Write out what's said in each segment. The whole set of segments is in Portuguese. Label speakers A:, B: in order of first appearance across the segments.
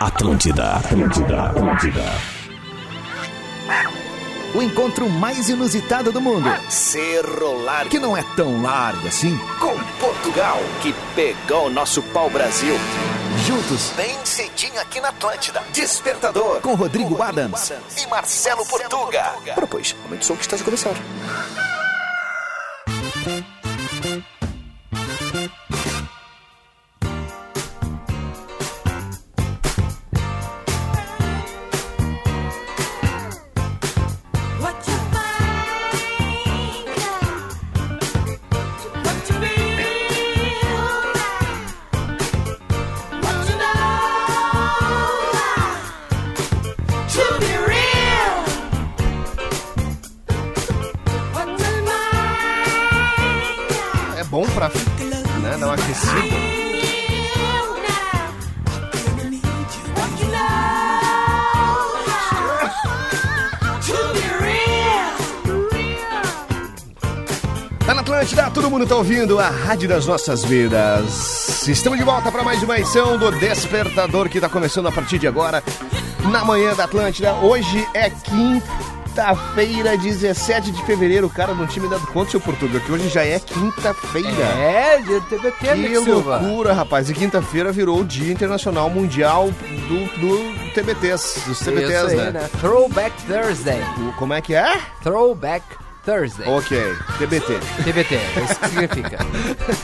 A: Atlântida, Atlântida, Atlântida.
B: O encontro mais inusitado do mundo.
C: Cerro Largo,
B: Que não é tão largo assim.
C: com Portugal, que pegou o nosso pau-brasil.
B: Juntos,
C: Bem cedinho aqui na Atlântida. Despertador,
B: com Rodrigo Adams.
C: e Marcelo Portuga. Ora, pois, momento de som que está a começar.
D: What you think, what you feel, what you know, to be real. What's in my
E: É bom pra né, dar uma aquecida.
D: feel now? What you know, to be real.
E: Tá na Atlântida, todo mundo tá ouvindo a rádio das nossas vidas. Estamos de volta para mais uma edição do Despertador que tá começando a partir de agora, na manhã da Atlântida. Hoje é quinta-feira, 17 de fevereiro. O cara no time dado conta, seu Portugal, que hoje já é quinta-feira.
F: É, de TBT,
E: Que
F: Nick Silva.
E: loucura, rapaz. E quinta-feira virou o Dia Internacional Mundial do, do TBTs, dos TBTs,
F: Isso aí,
E: né?
F: né? Throwback Thursday.
E: O- Como é que é?
F: Throwback Thursday.
E: Ok, TBT.
F: TBT, é isso que significa.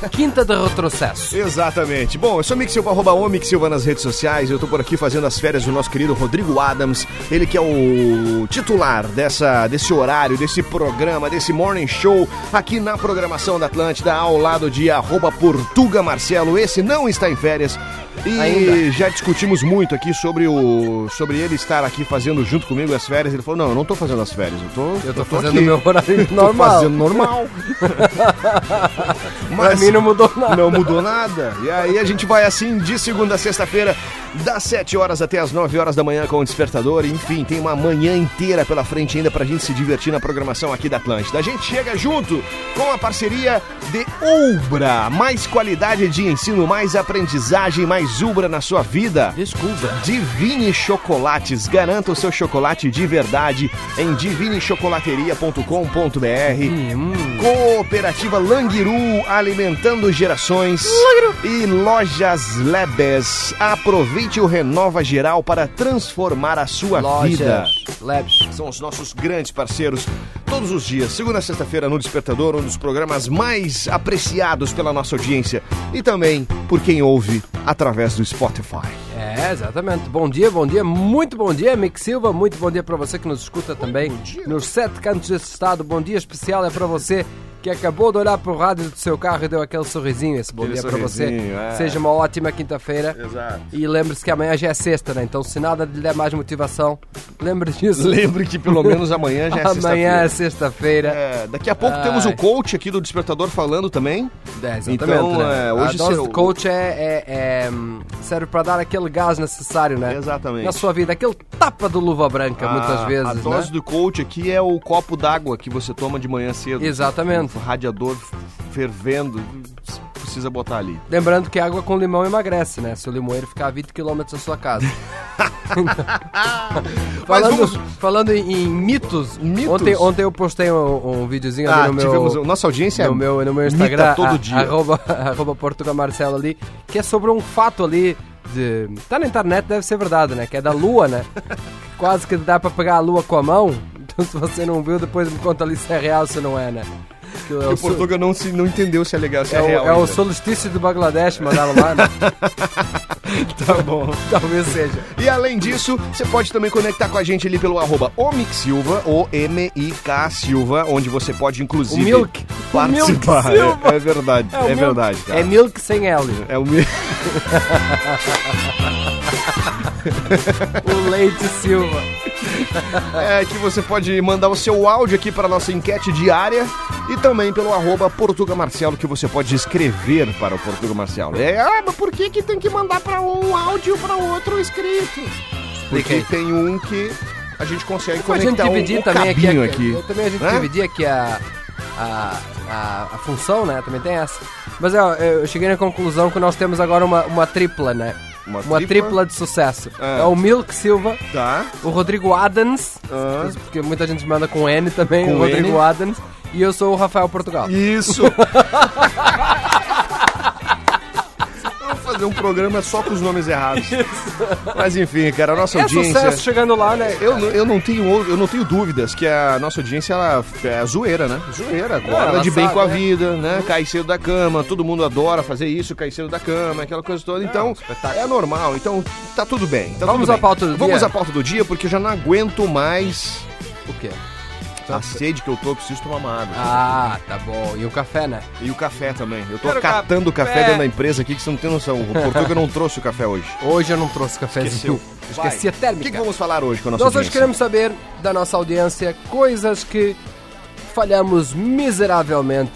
F: Quinta do retrocesso.
E: Exatamente. Bom, eu sou Mick Silva, arroba o Mick Silva nas redes sociais. Eu tô por aqui fazendo as férias do nosso querido Rodrigo Adams. Ele que é o titular dessa, desse horário, desse programa, desse morning show aqui na programação da Atlântida, ao lado de arroba Portuga Marcelo. Esse não está em férias. E
F: Ainda.
E: já discutimos muito aqui sobre o sobre ele estar aqui fazendo junto comigo as férias. Ele falou: "Não, eu não tô fazendo as férias, eu tô
F: Eu tô
E: aqui.
F: fazendo meu horário
E: Tô
F: normal.
E: fazendo normal.
F: Pra mim não mudou nada.
E: Não mudou nada. E aí a gente vai assim de segunda a sexta-feira, das 7 horas até as 9 horas da manhã com o despertador. Enfim, tem uma manhã inteira pela frente ainda pra gente se divertir na programação aqui da Atlântida. A gente chega junto com a parceria de Ubra. Mais qualidade de ensino, mais aprendizagem, mais Ubra na sua vida.
F: Desculpa.
E: Divine Chocolates. Garanta o seu chocolate de verdade em divinechocolateria.com.br. Cooperativa Langiru alimentando gerações. E Lojas Lebes. Aproveite o Renova Geral para transformar a sua vida.
F: Lojas, labs.
E: São os nossos grandes parceiros todos os dias, segunda a sexta-feira no Despertador, um dos programas mais apreciados pela nossa audiência e também por quem ouve através do Spotify.
F: É, exatamente. Bom dia, bom dia, muito bom dia, Mick Silva. Muito bom dia para você que nos escuta também nos sete cantos deste estado. Bom dia especial é para você que acabou de olhar para o rádio do seu carro e deu aquele sorrisinho. Esse bom
E: Aquele
F: dia para você.
E: sorrisinho, é.
F: Seja uma ótima quinta-feira.
E: Exato.
F: E lembre-se que amanhã já é sexta, né? Então, se nada lhe der mais motivação, lembre disso.
E: Lembre que pelo menos amanhã já é
F: amanhã
E: sexta-feira.
F: é sexta-feira.
E: É, daqui a pouco temos o coach aqui do Despertador falando também.
F: É, exatamente.
E: Então,
F: né?
E: é, hoje
F: a dose
E: será-
F: de coach é, é- é, hum, serve para dar aquele gás necessário, né?
E: Exatamente.
F: Na sua vida, aquele tapa do luva branca, é muitas
E: A-
F: vezes,
E: A dose
F: né?
E: do coach aqui é o copo d'água que você toma de manhã cedo.
F: Exatamente.
E: O radiador fervendo. Precisa botar ali.
F: Lembrando que água com limão emagrece, né? Se o limoeiro ficar a 20 km da sua casa. falando
E: vamos-
F: falando em, em mitos,
E: Mitos?
F: Ontem, ontem eu postei um, um videozinho ali
E: Ah,
F: no meu...
E: tivemos. Nossa audiência
F: no
E: é
F: meu, no meu
E: mita
F: Instagram,
E: todo
F: a-
E: dia.
F: Arroba, arroba Portuga Marcelo ali, que é sobre um fato ali de. Tá na internet, deve ser verdade, né? Que é da lua, né? Quase que dá pra pegar a lua com a mão. Então se você não viu, depois me conta ali se é real ou se não é, né? Que é
E: Que
F: o,
E: o
F: sol-
E: Portuga não, se, não entendeu se é legal, se é,
F: é o-
E: real.
F: é o
E: ainda.
F: solstício do Bangladesh, mandaram lá, né?
E: Tá bom.
F: Talvez seja.
E: E além disso, você pode também conectar com a gente ali pelo arroba Omic Silva, O-M-I-K Silva, onde você pode, inclusive,
F: O Milk.
E: participar.
F: O Milk Silva.
E: É, é verdade, é,
F: milk-
E: verdade, cara.
F: É milk sem L.
E: É o Milk.
F: O leite Silva.
E: É que você pode mandar o seu áudio aqui para nossa enquete diária e também pelo arroba Portuga Marcelo, que você pode escrever para o Portuga Marcelo. É, ah, mas por que, que tem que mandar para um áudio para o outro escrito? Porque
F: aí.
E: tem um que a gente consegue
F: Pra gente
E: conectar
F: dividir
E: o, o
F: também aqui,
E: Então, um cabinho
F: aqui.
E: aqui.
F: Também a gente
E: né?
F: dividir aqui a, a, a, a função, né? Também tem essa. Mas ó, eu cheguei na conclusão que nós temos agora uma, uma tripla, né?
E: Uma
F: Uma
E: tripla.
F: tripla de sucesso.
E: Ah.
F: É o Milk Silva,
E: Tá.
F: o Rodrigo Adams,
E: Ah.
F: porque muita gente manda com N também,
E: Com
F: o Rodrigo
E: N.
F: Adams, e eu sou o Rafael Portugal.
E: Isso! Vamos fazer um programa só com os nomes errados. Mas enfim, cara, a nossa
F: É
E: audiência.
F: sucesso chegando lá, né?
E: Eu, não- eu, não tenho, ou- eu não tenho dúvidas que a nossa audiência ela é zoeira, né? Zoeira, acorda
F: É, ela
E: de bem
F: sabe,
E: com a
F: né?
E: vida, né? Cai cedo da cama, todo mundo adora fazer isso, cai cedo da cama, aquela coisa toda. Então, é normal. Então, tá tudo bem. tá
F: um Vamos
E: tudo
F: à
E: bem.
F: pauta do dia?
E: Vamos à pauta do dia, porque eu já não aguento mais
F: O quê? Tá.
E: a sede que eu tô, eu preciso tomar uma água.
F: Ah, tá bom. E o café, né?
E: E o café também. Eu tô
F: Quero
E: catando
F: café.
E: café dentro da empresa aqui que você não tem noção. O Portuga não trouxe o café hoje.
F: Hoje eu não trouxe cafezinho.
E: Vai.
F: Esqueci a
E: O que, que
F: térmica.
E: vamos falar hoje com a nossa
F: Nós hoje
E: audiência?
F: queremos saber da nossa audiência coisas que falhamos miseravelmente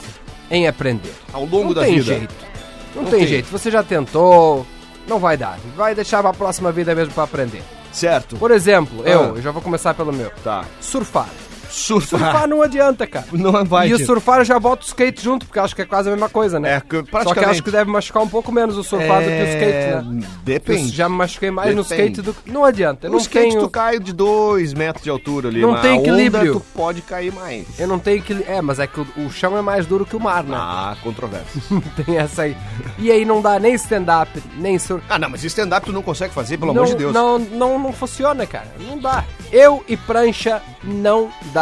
F: em aprender.
E: Ao longo
F: não
E: da
F: tem
E: vida.
F: Jeito. Não,
E: Não
F: tem,
E: tem.
F: jeito. Você já tentou, não vai dar. Vai deixar pra próxima vida mesmo pra aprender.
E: Certo.
F: Por exemplo,
E: Ah.
F: eu, eu já vou começar pelo meu.
E: Tá.
F: Surfar.
E: Surfar.
F: Surfar não adianta, cara.
E: Não vai,
F: e o
E: Tito.
F: surfar eu já boto o skate junto, porque eu acho que é quase a mesma coisa, né?
E: É, que-
F: Só que
E: praticamente. É,
F: eu acho que deve machucar um pouco menos o surfar do que o skate, né? Eu
E: Depende.
F: já me machuquei mais no
E: Depende.
F: skate do que. Não adianta. Eu
E: No
F: não
E: skate
F: tenho.
E: tu cai de dois metros de altura ali.
F: Não
E: mas
F: tem
E: a onda
F: equilíbrio.
E: tu pode cair mais.
F: Eu não tenho que. É, mas é que o, o chão é mais duro que o mar, né?
E: Ah, controvérsia.
F: Tem essa aí. E aí não dá nem stand-up, nem sur.
E: ah, não, mas stand-up tu não consegue fazer, pelo
F: não,
E: amor de Deus.
F: Não, não, não funciona, cara. Não dá. Eu e prancha não dá.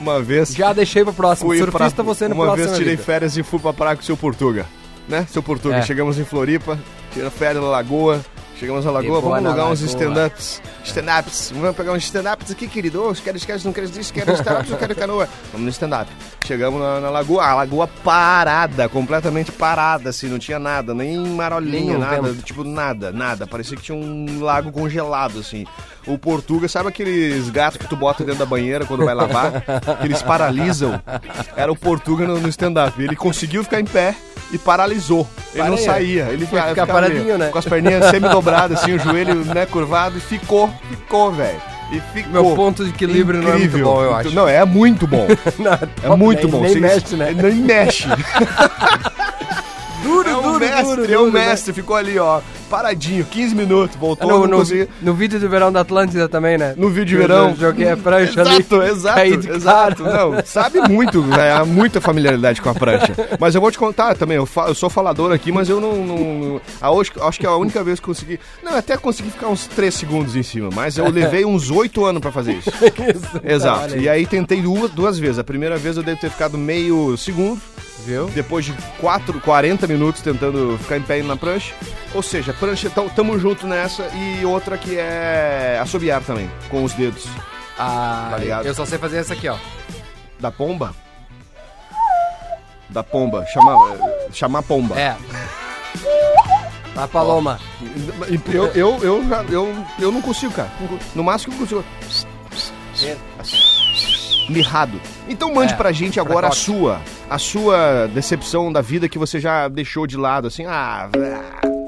E: Uma vez...
F: Já deixei pro próximo.
E: fui
F: Surfista
E: pra-
F: você no
E: Uma
F: próximo.
E: vez tirei férias e fui pra praia com o seu Portuga. Né, seu Portuga?
F: É.
E: Chegamos em Floripa, tiramos férias na Lagoa. Chegamos na Lagoa,
F: E boa
E: vamos
F: na
E: alugar uns
F: Lagoa.
E: stand-ups. Stand-ups. Vamos pegar uns stand-ups aqui, querido. Oh, quero esquece, não quero isso, quero stand-ups, eu quero canoa. Vamos no stand-up. Chegamos na, na Lagoa, a Lagoa parada, completamente parada, assim, não tinha nada, nem marolinha,
F: Nenhum
E: nada,
F: vento.
E: tipo, nada, nada. Parecia que tinha um lago congelado, assim. O Portuga, sabe aqueles gatos que tu bota dentro da banheira quando vai lavar? Que eles paralisam? Era o Portuga no, no stand-up. Ele conseguiu ficar em pé e paralisou. Ele não
F: Para aí.
E: saía. Ele
F: Foi
E: fi-
F: ficar
E: ficava meio-
F: paradinho, né?
E: Com as perninhas semi-dobradas, assim, o joelho, né, curvado. E ficou, ficou, velho. E ficou.
F: Meu ponto de equilíbrio não é muito bom, eu acho.
E: Não, é muito bom. É
F: Não,
E: muito
F: nem-
E: bom.
F: Nem
E: Você-
F: mexe, né?
E: Nem mexe.
F: Duro,
E: É o
F: duro,
E: mestre,
F: duro,
E: é o
F: duro, né? Ah,
E: mestre, ficou ali, ó, paradinho, 15 minutos, voltou,
F: No,
E: não
F: no,
E: conseguia.
F: no vídeo do verão da Atlântida também, né?
E: No vídeo de
F: Eu
E: verão.
F: Joguei a prancha ali.
E: exato, exato,
F: caí de
E: exato.
F: cara.
E: Não, sabe muito, né, há muita familiaridade com a prancha. Mas eu vou te contar também, eu, fa- eu sou falador aqui, mas eu não... não- a- hoje- acho que é a única vez que eu consegui... Não, até consegui ficar uns 3 segundos em cima, mas eu levei uns 8 anos pra fazer isso.
F: Isso, então,
E: Exato.
F: olha aí.
E: E Tá, aí tentei duas, duas vezes. A primeira vez eu devo ter ficado meio segundo,
F: Viu?
E: depois de 4, 40 minutos tentando ficar em pé na prancha. Ou seja, prancha, tam- tamo junto nessa. E outra que é assobiar também, com os dedos
F: Ah,
E: Tá ligado?
F: eu só sei fazer essa aqui, ó.
E: da pomba. Da pomba, chamar, eh, chamar pomba.
F: É. A paloma.
E: E Eu, eu, eu, já- eu, eu não consigo, cara. Não co- No máximo eu consigo. Mirrado. Então mande
F: É,
E: pra gente agora a
F: precoce.
E: sua. A sua decepção da vida que você já deixou de lado, assim. Ah,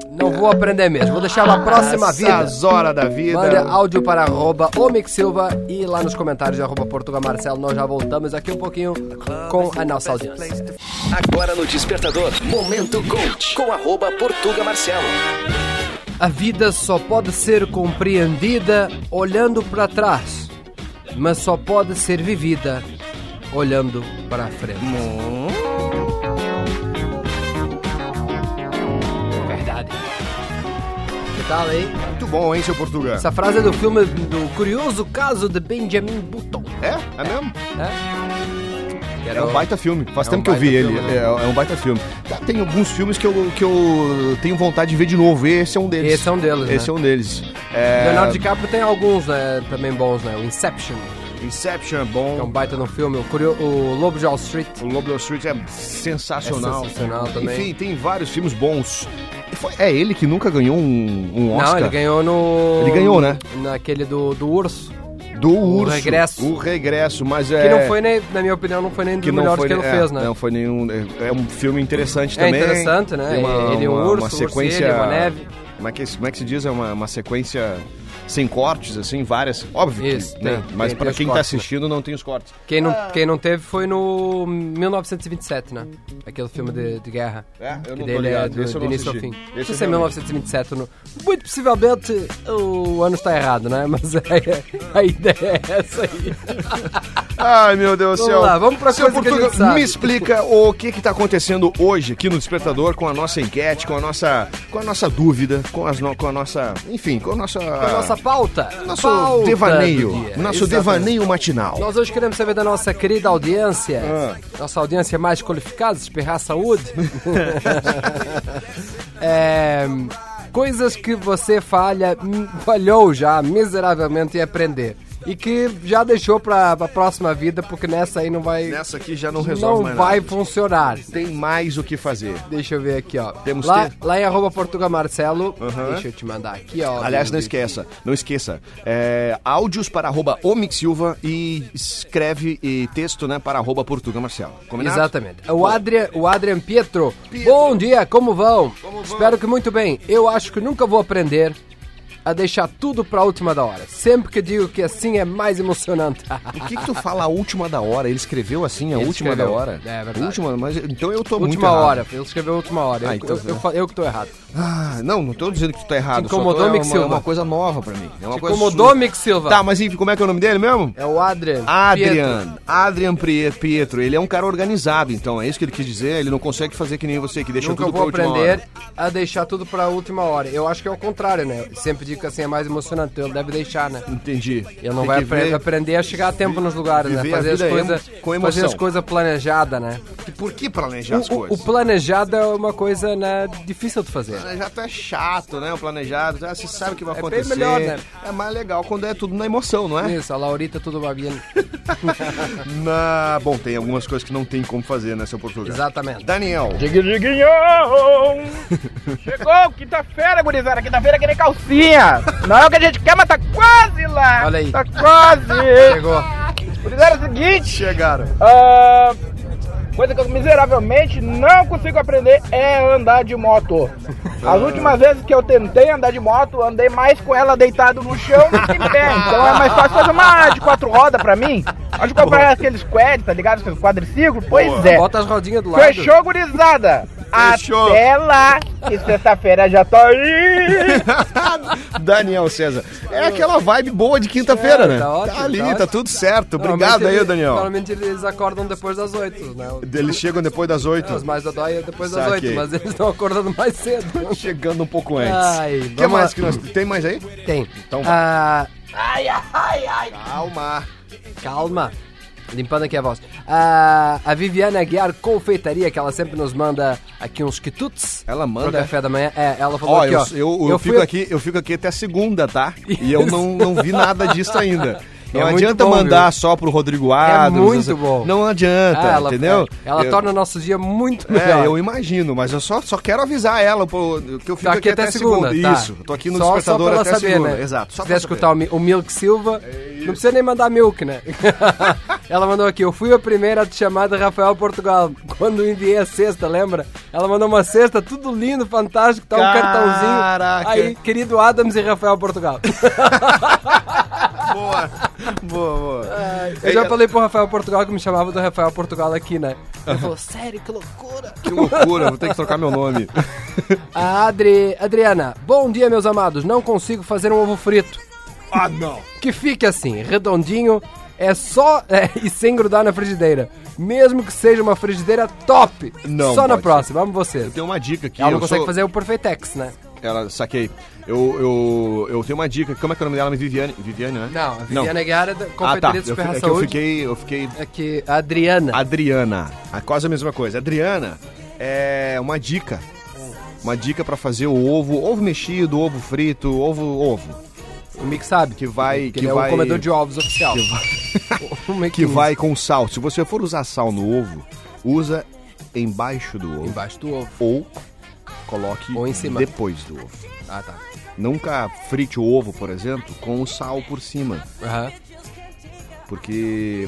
F: Não vou aprender mesmo. Vou deixar na próxima vida.
E: Essas horas da vida.
F: Manda áudio para arroba Omic Silva e lá nos comentários de arroba Portuga Marcelo. Nós já voltamos aqui um pouquinho com a nossa audiência.
C: Agora no Despertador, Momento Coach, com arroba Portuga Marcelo.
F: A vida só pode ser compreendida olhando para trás, mas só pode ser vivida olhando para frente. Verdade. Que tal aí?
E: Muito bom, hein, seu Portugal?
F: Essa frase é do filme do Curioso Caso de Benjamin Button.
E: É? É mesmo?
F: né? Que
E: É
F: era
E: um
F: o-
E: baita filme. Faz
F: É
E: tempo
F: um
E: que eu vi
F: baita
E: ele.
F: filme, né?
E: É, é um baita filme. Tá, Tem alguns filmes que eu, que eu tenho vontade de ver de novo. Esse é um deles.
F: Esse é um deles,
E: Esse
F: né?
E: é um deles. É,
F: Leonardo DiCaprio tem alguns né, também bons, né? O Inception,
E: Inception é
F: que é um
E: bom.
F: baita no filme. O, Curio... o Lobo de Wall Street.
E: O Lobo de Wall Street é sensacional.
F: É sensacional também.
E: Enfim, tem vários filmes bons. E foi- é ele que nunca ganhou um, um Oscar
F: Não, ele ganhou no...
E: Ele ganhou, né?
F: Naquele do, do Urso.
E: do Urso.
F: Regresso.
E: O Regresso, mas é...
F: Que não foi, nem, na minha opinião, não foi nem dos melhores que ele
E: é,
F: fez, né?
E: Não foi nenhum. É é um filme interessante
F: É
E: também.
F: interessante, né?
E: Tem
F: Ele é um urso, o urso e ele é uma neve.
E: Como é que, como é que se diz? É uma, uma sequência sem cortes, assim, várias. Óbvio, que,
F: Isso,
E: né?
F: tem,
E: Mas
F: tem,
E: pra
F: tem os
E: quem tá
F: cortes, né?
E: assistindo, não tem os cortes.
F: Quem não, quem não teve foi no 1927, né? Aquele filme de, de guerra.
E: É, eu não tô
F: daí ele
E: ligado,
F: do,
E: esse eu
F: do
E: não
F: início ao
E: assisti.
F: fim.
E: Esse
F: Não sei
E: eu
F: se é
E: realmente-
F: 1927 ou não. Muito possivelmente o ano está errado, né? Mas é, a ideia é essa aí.
E: Ai, meu Deus do
F: Vamos
E: céu.
F: lá, vamos pra
E: Seu
F: coisa que a gente sabe.
E: Me explica o que que tá acontecendo hoje aqui no Despertador com a nossa enquete, com a nossa, com a nossa dúvida, com, as no- com a nossa, enfim, com a nossa...
F: Nossa pauta.
E: nosso
F: pauta do
E: devaneio,
F: dia.
E: nosso
F: Exatamente.
E: devaneio matinal.
F: Nós hoje queremos saber da nossa querida audiência,
E: Ah.
F: nossa audiência mais qualificada, espirrar saúde. É, coisas que você falha, falhou já miseravelmente em aprender. E que já deixou pra, pra próxima vida, porque nessa aí não vai.
E: Nessa aqui já não resolve
F: não
E: mais
F: vai
E: nada.
F: funcionar.
E: Tem mais o que fazer.
F: Deixa eu ver aqui, ó.
E: Temos
F: lá,
E: que-
F: lá em arroba Portuga Marcelo. Deixa eu te mandar aqui, ó.
E: Aliás, não esqueça, não esqueça. É, áudios para arroba Omic Silva e escreve e texto, né, para arroba Portuga Marcelo. Combinado?
F: Exatamente. O Adrian, o Adrian Pietro. Bom dia, como vão? Espero que muito bem. Eu acho que nunca vou aprender a deixar tudo pra última da hora. Sempre que digo que assim é mais emocionante.
E: Por que, que tu fala a última da hora? Ele escreveu assim, a
F: Ele
E: última da
F: escreveu.
E: hora?
F: É, verdade.
E: Última, mas então eu tô muito
F: última
E: errado.
F: hora. Ele escreveu última hora.
E: Ah,
F: eu,
E: então-
F: eu, eu, fa- eu que tô errado.
E: Ah, não, não tô dizendo que tu tá errado. só
F: incomodou,
E: tô- é
F: Mick
E: uma-
F: Silva?
E: É uma coisa nova pra mim. É uma coisa
F: Incomodou,
E: sua.
F: Mick Silva?
E: Tá, mas enfim, como é que é o nome dele mesmo?
F: É o Adrian. Pietro.
E: Adrian, Adrian Prie- Pietro, ele é um cara organizado, então é isso que ele quis dizer. Ele não consegue fazer que nem você, que deixa
F: Nunca
E: tudo pra
F: vou
E: última
F: aprender
E: hora.
F: a deixar tudo pra última hora. Eu acho que é o contrário, né? Eu sempre digo que assim é mais emocionante. Então ele deve deixar, né?
E: Entendi.
F: Ele não
E: Tem
F: vai
E: que
F: apre-
E: ver-
F: aprender a chegar a tempo nos lugares, né?
E: viver a
F: Fazer as
E: vida em-
F: coisas
E: com
F: fazer
E: emoção.
F: as coisas planejadas, né?
E: Por que planejar as
F: O, o- o
E: coisas?
F: planejado é uma coisa né, difícil de fazer.
E: planejado é chato, né? O planejado, ah, você sabe o que vai
F: É bem
E: acontecer.
F: melhor, né?
E: É mais legal quando é tudo na emoção, não é?
F: Isso, a Laurita tudo babinha.
E: Na... Bom, tem algumas coisas que não tem como fazer, né, seu português?
F: Exatamente.
E: Daniel.
G: Diguinho! Chegou quinta-feira, gurizada. Quinta-feira é que nem calcinha. Não é o que a gente quer, mas tá quase lá.
F: Olha aí.
G: Tá quase.
F: Chegou.
G: Gurizada, é o seguinte.
E: Chegaram.
G: ah, coisa que eu miseravelmente não consigo aprender é andar de moto.
F: Ah.
G: As últimas vezes que eu tentei andar de moto, andei mais com ela deitado no chão do que em pé. Então é mais fácil fazer uma de quatro rodas pra mim. Onde comprar aqueles quads, tá ligado? Aqueles quadriciclos. Pois é.
F: Bota as rodinhas do lado.
G: Fechou, gurizada!
E: Fechou.
G: Até lá! E sexta-feira já tá aí!
E: Daniel César. É aquela vibe boa de quinta-feira,
F: É,
E: né?
F: tá ótimo,
E: ali,
F: tá
E: tá,
F: ótimo.
E: tudo certo.
F: Normalmente
E: Obrigado aí,
F: eles-
E: Daniel.
F: Normalmente eles acordam depois das oito, né?
E: Eles chegam depois das oito.
F: Os mais da dói é depois das
E: Saquei.
F: oito, mas eles estão acordando mais cedo.
E: Chegando um pouco antes.
F: Ai,
E: O que
F: vamos
E: mais
F: lá.
E: que nós... Tem mais aí?
F: Tem.
E: Então
F: Ah,
E: Calma.
F: Calma. Limpando aqui a voz. A, a Viviana Aguiar Confeitaria, que ela sempre nos manda aqui uns quitutes.
E: Ela manda,
F: Pro
E: é?
F: café da manhã. É, ela falou
E: Ó,
F: aqui,
E: eu,
F: ó.
E: eu, eu
F: fui-
E: fico aqui, eu fico aqui até segunda, tá? E eu não, não vi nada disso ainda. Não
F: É muito
E: adianta
F: bom,
E: mandar
F: viu? É
E: só pro Rodrigo Adams.
F: muito
E: essa-
F: bom.
E: Não adianta,
F: Ah, ela,
E: entendeu?
F: Ela
E: Eu-
F: torna o nosso dia muito melhor.
E: É, eu imagino, mas eu só, só quero avisar ela pô, que eu fico
F: Tá aqui até segunda, tá.
E: Isso, tô aqui no
F: Só- só
E: despertador
F: pra ela
E: até
F: saber,
E: segunda.
F: né?
E: Exato.
F: Se
E: Só
F: quiser
E: pra
F: escutar o, Mi- o Milk Silva, não precisa nem mandar Milk, né? ela mandou aqui, eu fui a primeira a te chamar de Rafael Portugal, quando enviei a cesta, lembra? Ela mandou uma cesta, tudo lindo, fantástico, tá um
E: Caraca.
F: cartãozinho. Aí, querido Adams e Rafael Portugal.
E: saber. Boa, boa, boa.
F: Eu já falei pro Rafael Portugal que me chamava do Rafael Portugal aqui, né? Ele falou, sério, que loucura.
E: Que loucura, vou ter que trocar meu nome.
F: A Adri... Adriana, bom dia, meus amados. Não consigo fazer um ovo frito.
E: ah, não.
F: Que fique assim, redondinho, é só é, e sem grudar na frigideira. Mesmo que seja uma frigideira top.
E: Não
F: Só na
E: pode
F: próxima, amo você.
E: Tem uma dica aqui.
F: Ela não
E: eu
F: consegue
E: sou-
F: fazer o Perfeitex, né?
E: Ela, saquei. Eu, eu, eu tenho uma dica. Como é que é o nome dela? Viviane? Viviane, né?
F: Não, a Viviane Aguiar é da
E: Ah, tá.
F: Confeitaria
E: Eu,
F: de
E: fi-
F: Super
E: é que eu
F: Saúde.
E: fiquei, eu fiquei
F: É que a Adriana.
E: Adriana. É quase a mesma coisa. Adriana é uma dica. Uma dica pra fazer o ovo, ovo mexido, ovo frito, ovo, ovo.
F: O Mick sabe.
E: Que vai- que
F: Porque ele é
E: vai-
F: o comedor de ovos oficial. O Mick
E: Que
F: usa
E: vai com sal. Se você for usar sal no ovo, usa embaixo do ovo.
F: Embaixo do ovo.
E: Ou coloque
F: Ou em cima.
E: depois do ovo.
F: Ah, tá.
E: Nunca frite o ovo, por exemplo, com o sal por cima.
F: Aham.
E: Porque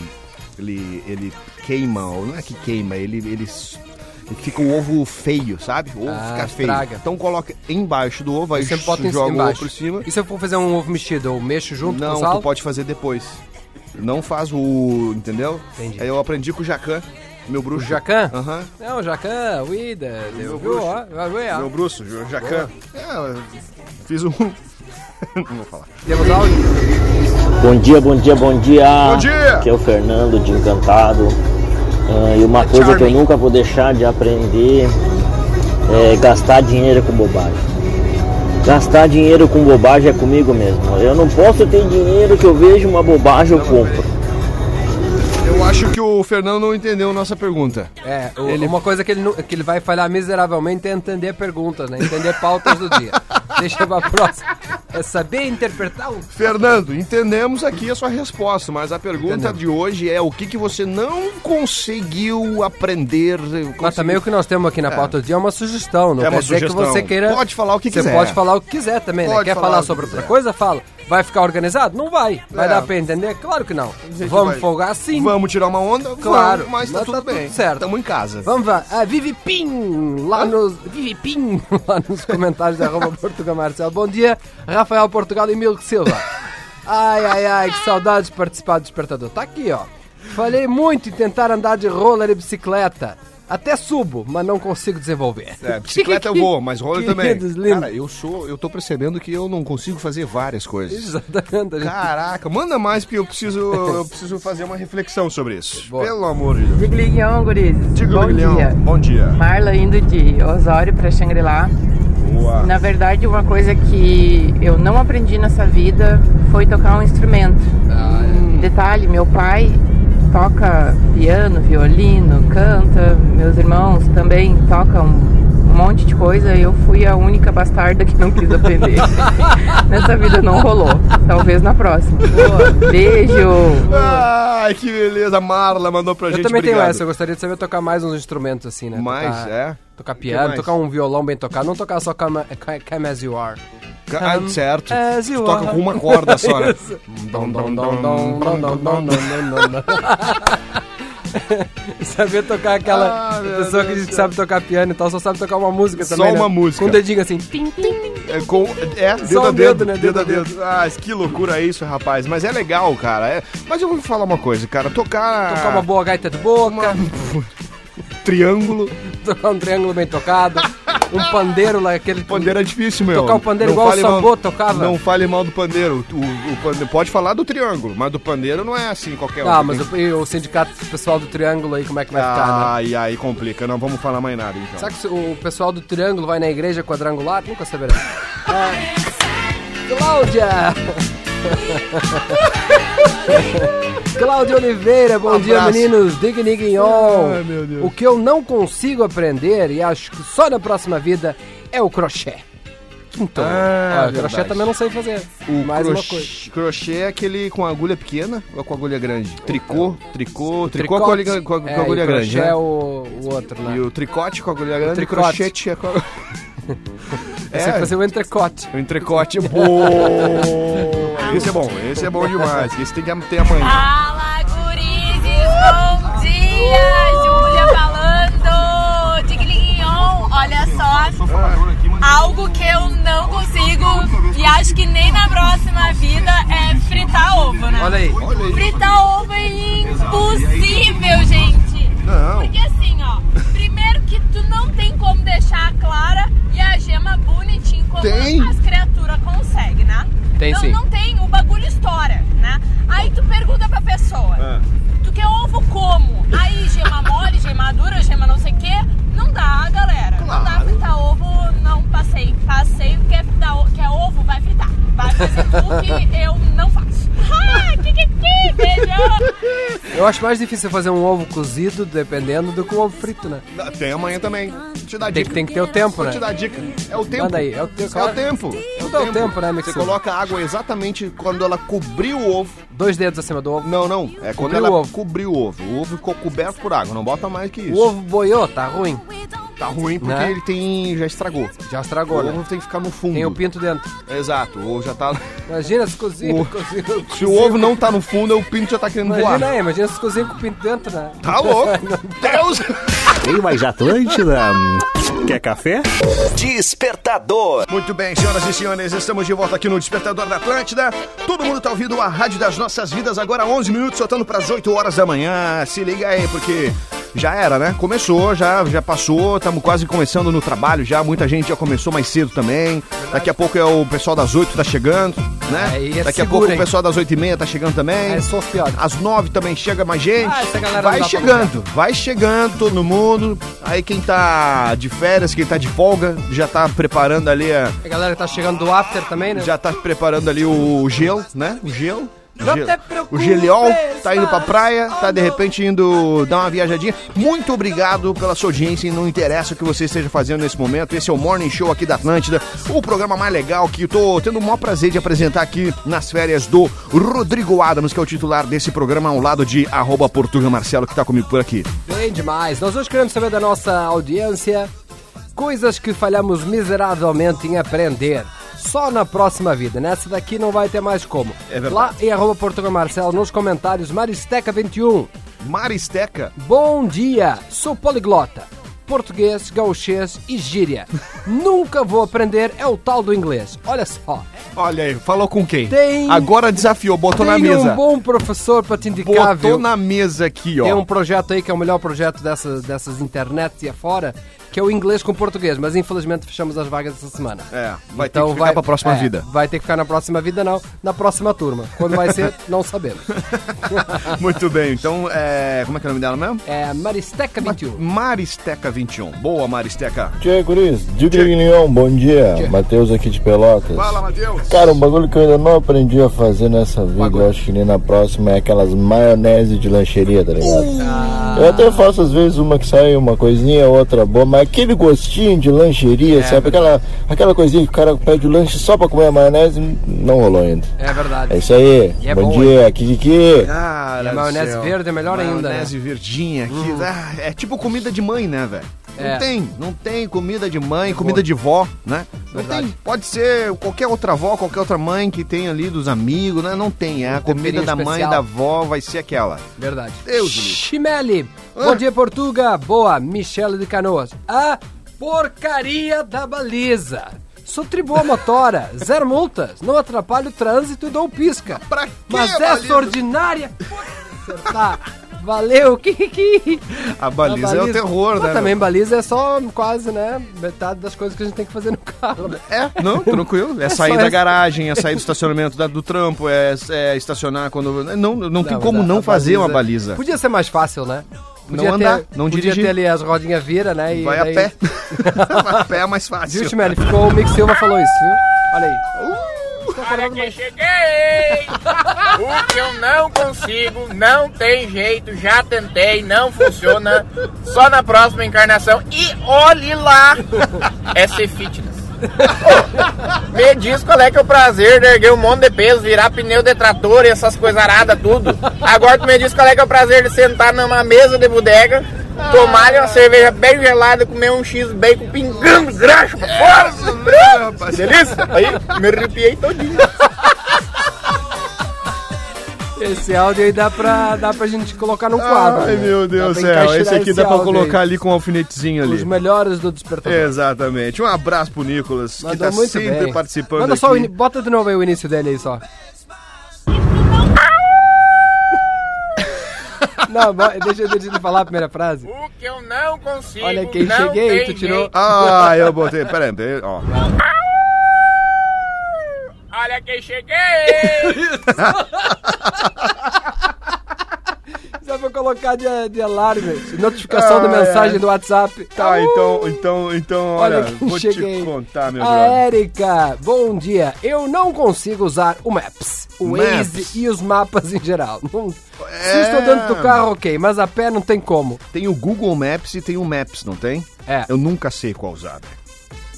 E: ele, ele queima, ou não é que queima, ele, ele, s- e fica o ovo feio, sabe? O ovo
F: Ah,
E: fica feio.
F: estraga.
E: Então coloca embaixo do ovo, aí
F: Você bota em-
E: joga o ovo
F: embaixo.
E: por cima.
F: E se eu for fazer um ovo mexido, eu mexo junto com
E: Não,
F: sal?
E: tu pode fazer depois. Não faz o. Entendeu?
F: Entendi.
E: Aí eu aprendi com o Jacan, meu bruxo.
F: Jacan?
E: Aham.
F: Não, Jacan, Wida,
E: meu
F: viu?
E: bruxo.
F: Ó, vai ver, ó.
E: Meu bruxo, o Jacan. É, fiz um. Não vou falar.
F: Temos áudio?
H: Bom dia, bom dia, bom dia.
E: Bom dia!
H: Aqui é o Fernando de Encantado. Ah, e uma
E: É
H: coisa que eu
E: Charming.
H: nunca vou deixar de aprender é gastar dinheiro com bobagem. Gastar dinheiro com bobagem é comigo mesmo. Eu não posso ter dinheiro que eu vejo uma bobagem eu compro.
E: Eu acho que o Fernando não entendeu nossa pergunta.
F: É, o- uma coisa que ele, nu- que ele vai falhar miseravelmente é entender perguntas, né? Entender pautas do dia. Deixa pra próxima. É saber interpretar o...
E: Fernando, entendemos aqui a sua resposta, mas a pergunta
F: Entendemos.
E: de hoje é o que, que você não conseguiu aprender.
F: Mas
E: conseguiu-
F: também o que nós temos aqui na pauta do dia é uma sugestão, não
E: É
F: quer
E: uma
F: dizer
E: sugestão.
F: que você queira...
E: Pode falar o que
F: você
E: quiser.
F: pode falar o que quiser também, né?
E: Pode
F: Quer
E: falar
F: falar,
E: o que
F: sobre outra
E: quiser.
F: coisa? Fala. Vai ficar organizado? Não vai. Vai
E: É.
F: dar pra entender? Claro que não.
E: gente
F: Vamos
E: vai-
F: folgar sim.
E: Vamos tirar uma onda?
F: Claro,
E: Vamos, mas tá
F: mas
E: tudo
F: tá tudo
E: bem.
F: certo.
E: Tamo em casa.
F: Vamos lá. Ah, Vivi Pim, lá nos. Vivi Pim, lá nos comentários da arroba Portugal Marcelo. Bom dia, Rafael Portugal e Milk Silva. Ai, ai, ai, que saudade de participar do despertador. Tá aqui, ó. Falei muito em tentar andar de roller e bicicleta. Até subo, mas não consigo desenvolver.
E: É, bicicleta eu vou, mas roller também.
F: Queridos lindos.
E: Cara, eu sou, eu tô percebendo que eu não consigo fazer várias coisas.
F: Exatamente. a gente-
E: Caraca, manda mais porque eu preciso, eu preciso fazer uma reflexão sobre isso.
F: Boa.
E: Pelo amor de Deus.
I: Zigliguinhão, gurizes. Bom
E: Gabriel.
I: dia.
E: Bom dia.
I: Marla indo de Osório para Xangri-Lá.
E: Boa.
I: Na verdade, uma coisa que eu não aprendi nessa vida foi tocar um instrumento. Detalhe, meu pai toca piano, violino, canta. Meus irmãos também tocam um monte de coisa. Eu fui a única bastarda que não quis aprender. nessa vida não rolou. Talvez na próxima. Beijo!
E: Ai, que beleza. Marla mandou pra
F: Eu
E: gente.
F: também tenho
E: obrigado.
F: essa, eu gostaria de saber tocar mais uns instrumentos assim, né?
E: Mais,
F: tocar,
E: é?
F: Tocar
E: Que
F: piano,
E: mais?
F: tocar um violão bem tocado, não tocar só Come, come As You Are.
E: Ah, certo.
F: É,
E: Tu
F: Zio,
E: toca
F: ah.
E: com uma corda só, né?
F: Isso. Dom, dom, dom, dom, dom, dom, dom, dom, dom, dom. Saber tocar aquela
E: Ah, meu
F: pessoa que
E: Deus
F: diz que sabe tocar piano e tal, só sabe tocar uma música
E: Só
F: também. né?
E: uma música.
F: Com o dedinho assim.
E: É, com, é dedo
F: Só
E: a dedo,
F: o dedo, né?
E: Dedo a
F: Dedo a
E: dedo. Ah, que loucura isso, rapaz. Mas é legal, cara. É- Mas eu vou falar uma coisa, cara. Tocar,
F: Tocar uma boa gaita de boca,
E: triângulo,
F: tocar um triângulo bem tocado, um pandeiro lá, aquele.
E: pandeiro é difícil, meu.
F: Tocar o pandeiro igual o
E: fale
F: Sambô
E: mal-
F: tocava.
E: Não fale mal do pandeiro. O, o pandeiro. Pode falar do triângulo, mas do pandeiro não é assim qualquer um.
F: Ah,
E: Tem
F: mas
E: que-
F: o, e o sindicato do pessoal do triângulo aí, como é que vai ficar, né?
E: Ai, ai, complica. Não vamos falar mais nada, então.
F: Será que o pessoal do triângulo vai na igreja quadrangular? Nunca saberemos. É. Cláudia! Cláudia Oliveira, bom
E: Um
F: dia
E: abraço.
F: meninos, dig niguinhon.
E: Ai, meu Deus.
F: O que eu não consigo aprender e acho que só na próxima vida é o crochê. Então,
E: Ah,
F: ó, o crochê
E: verdade.
F: também eu não sei fazer. Mais uma coisa. Então,
E: Crochê é aquele com agulha pequena ou com agulha grande? Tricô, tricô, tricô, com
F: Tricote.
E: agulha, com a-
F: É,
E: com agulha
F: e
E: grande,
F: crochê
E: né?
F: é o, o outro, né?
E: E o tricote com agulha grande, o
F: tricote.
E: crochete é com a... É.
F: Eu sei fazer o um entrecote.
E: O entrecote é bom. Esse é bom, esse é bom demais. Esse tem que ter amanhã.
J: Fala, gurizes! Bom dia! Júlia falando! Tigliguinhon, olha só. Algo que eu não consigo e acho que nem na próxima vida é fritar ovo, né?
F: Olha aí.
J: Fritar ovo é impossível, gente!
E: Não.
J: Porque assim, ó. Primeiro que tu não tem como deixar a clara e a gema bonitinho como
E: Tem.
J: as criaturas conseguem, né?
F: Tem
J: não,
F: sim.
J: Não tem, o bagulho estoura, né? Aí tu pergunta pra pessoa,
E: Ah.
J: tu quer ovo como? Aí gema mole, gema dura, gema não sei o quê. Não dá, galera. Não dá fritar ovo, não passei. Passei, quer, fritar, o- quer ovo, vai fritar. Vai fazer tu que eu não faço. Ah, que que que, beijão!
F: Eu acho mais difícil fazer um ovo cozido, dependendo, do que um ovo frito, né?
E: Tem amanhã também. Vou te dar
F: Tem,
E: dica.
F: que- tem que ter o tempo,
E: Vou
F: né?
E: te dar dica. É o tempo.
F: Manda aí, é o
E: tempo.
F: tempo,
E: É o
F: claro.
E: tempo.
F: Tudo é o tempo, né,
E: Você
F: Mixu?
E: coloca a água exatamente quando ela cobriu o ovo.
F: Dois dedos acima do ovo.
E: Não, não. É quando
F: Cobriu
E: ela
F: o ovo.
E: cobriu o ovo. O ovo ficou coberto por água. Não bota mais que isso.
F: O ovo boiou, tá ruim.
D: We don't
E: Tá ruim porque
F: Né?
E: ele tem. já estragou.
F: Já
E: O
F: estragou, né?
E: ovo tem que ficar no fundo.
F: Tem o pinto dentro.
E: Exato, ou já tá.
F: Imagina se cozinha.
E: O-
F: cozinha-
E: Se o ovo não tá no fundo, o pinto já tá querendo
F: Imagina
E: voar.
F: aí, imagina se cozinha com o pinto dentro, né?
E: Tá louco! Deus!
A: Tem mais Atlântida? Quer café?
B: Despertador.
E: Muito bem, senhoras e senhores, estamos de volta aqui no Despertador da Atlântida. Todo mundo tá ouvindo a Rádio das Nossas Vidas, agora 11 minutos, soltando pras 8 horas da manhã. Se liga aí, porque já era, né? Começou, já, já passou, estamos quase começando no trabalho já. Muita gente já começou mais cedo também. Daqui a pouco é o pessoal das 8 tá chegando, né?
F: Aí é
E: Daqui a
F: seguro,
E: pouco o
F: hein?
E: pessoal das 8 e meia tá chegando também.
F: É sofiado.
E: Às nove também chega mais gente.
F: Ah, essa galera
E: vai
F: não dá pra
E: chegando, vai chegando todo mundo. Aí quem tá de férias, quem tá de folga, já tá preparando ali a,
F: A galera tá chegando do after também, né?
E: já tá preparando ali o gelo, né? O gelo. O,
F: Não
E: gelo.
F: te preocupes,
E: o geliol tá indo pra praia, tá de repente indo dar uma viajadinha. Muito obrigado pela sua audiência e não interessa o que você esteja fazendo nesse momento. Esse é o Morning Show aqui da Atlântida, o programa mais legal que eu tô tendo o maior prazer de apresentar aqui nas férias do Rodrigo Adams, que é o titular desse programa, ao lado de arroba Portuga Marcelo, que tá comigo por aqui.
F: Bem demais. Nós hoje queremos saber da nossa audiência coisas que falhamos miseravelmente em aprender. Só na próxima vida. Nessa daqui não vai ter mais como.
E: É verdade.
F: Lá em arroba Portugal Marcelo, nos comentários, Maristeca21.
E: Maristeca.
F: Bom dia, sou poliglota. Português, gauchês e gíria. Nunca vou aprender é o tal do inglês. Olha só.
E: Olha aí, falou com quem?
F: Tem-
E: Agora desafiou, botou na
F: Tem
E: mesa.
F: um bom professor pra te indicar,
E: Botou
F: viu?
E: na mesa aqui, ó.
F: Tem um projeto aí que é o melhor projeto dessas, dessas internet e afora, que é o inglês com português, mas infelizmente fechamos as vagas essa semana.
E: É, vai ter que ficar pra próxima
F: é,
E: vida.
F: Vai ter que ficar na próxima vida, não, na próxima turma. Quando vai ser, não sabemos.
E: Muito bem, então, é, como é que é o nome dela mesmo?
F: É Maristeca 21.
E: Maristeca 21. Boa, Maristeca.
K: Tchê, Guris, Diego Guilhão, bom dia. Matheus aqui de Pelotas.
E: Fala, Matheus.
K: Cara, um bagulho que eu ainda não aprendi a fazer nessa vida, eu acho que nem na próxima, é aquelas maionese de lancheria, tá ligado? Eu até faço às vezes uma que sai uma coisinha, outra boa, mas aquele gostinho de lancheria, sabe? Aquela, aquela coisinha que o cara pede o lanche só pra comer a maionese, não rolou ainda.
F: É verdade.
K: É isso aí,
F: E é
K: bom,
F: bom,
K: dia, Kiki.
E: Cara,
F: E a maionese
E: do céu.
F: verde é melhor ainda, Hum.
E: Maionese verdinha aqui. Ah, é tipo comida de mãe, né, velho?
F: É.
E: Não tem, não tem comida de mãe, comida de vó, né? Não
F: Verdade.
E: tem. Pode ser qualquer outra avó, qualquer outra mãe que tem ali dos amigos, né? Não tem. É a comida
F: temperinho
E: da mãe e
F: especial.
E: da avó vai ser aquela.
F: Verdade.
E: Deus Ah. do livro.
F: Chimeli. Bom dia, Portuga. Boa, Michele de Canoas. A porcaria da baliza. Sou triboa motora, zero multas, não atrapalho o trânsito e dou um pisca.
E: Pra quê,
F: Mas é
E: baliza?
F: essa ordinária... Puta, tá. Valeu, Kiki.
E: A baliza, é o terror,
F: Mas
E: né?
F: também baliza é só quase, né, metade das coisas que a gente tem que fazer no carro, né?
E: É, não, tranquilo. É sair
F: só
E: da
F: essa.
E: garagem, é sair do estacionamento da- do trampo, é, é estacionar quando. Não, não, tem
F: mas
E: como
F: a-
E: não
F: a
E: fazer uma baliza.
F: Podia ser mais fácil, né? Podia
E: Não
F: ter-
E: andar, não
F: podia
E: dirigir.
F: ter ali as rodinhas vira, né? e
E: Vai a
F: daí-
E: pé. Vai a pé é mais fácil.
F: Viu, Chimeli? Ficou o Mick Silva falou isso, viu? Olha aí.
G: Olha quem cheguei! O que eu não consigo, não tem jeito, já tentei, não funciona. Só na próxima encarnação. E olhe lá! É ser fitness. Me diz qual é que é o prazer de erguer um monte de peso, virar pneu de trator e essas coisas aradas, tudo. Agora tu me diz qual é que é o prazer de sentar numa mesa de bodega, tomar uma cerveja bem gelada, comer um x-bacon pingando graxa pra fora. Delícia! Aí, me arrepiei todinho.
F: Esse áudio aí dá pra, dá pra gente colocar num quadro.
E: Ai,
F: né?
E: meu Deus do
F: Dá pra
E: céu.
F: encaixar
E: Esse aqui dá pra
F: áudio aí.
E: colocar ali com um alfinetezinho
F: Os
E: ali.
F: melhores do despertador.
E: Exatamente. Um abraço pro Nicolas, que tá sempre participando
F: Manda só o
E: aqui.
F: ini- Bota de novo aí o início dele aí só. Não, bo- deixa, deixa ele falar a primeira frase.
G: O que eu não consigo.
F: Olha quem
G: não
F: cheguei,
G: tem
F: tu tirou.
G: jeito.
E: Ah, eu botei. Peraí, peraí, ó.
G: Olha quem cheguei!
F: Só pra colocar de, de alarme. Notificação da
E: Ah,
F: mensagem
E: é.
F: do WhatsApp.
E: Tá, então, então, então, olha,
F: Olha quem
E: vou
F: cheguei. Ah, é.
E: te contar, meu
F: A
E: brother.
F: Érica, bom dia. Eu não consigo usar o Maps, o
E: Maps.
F: Waze e os mapas em geral. Não- Se
E: É.
F: estou dentro do carro, ok, mas a pé não tem como.
E: Tem o Google Maps e tem o Maps, não tem?
F: É.
E: Eu nunca sei qual usar. né? velho.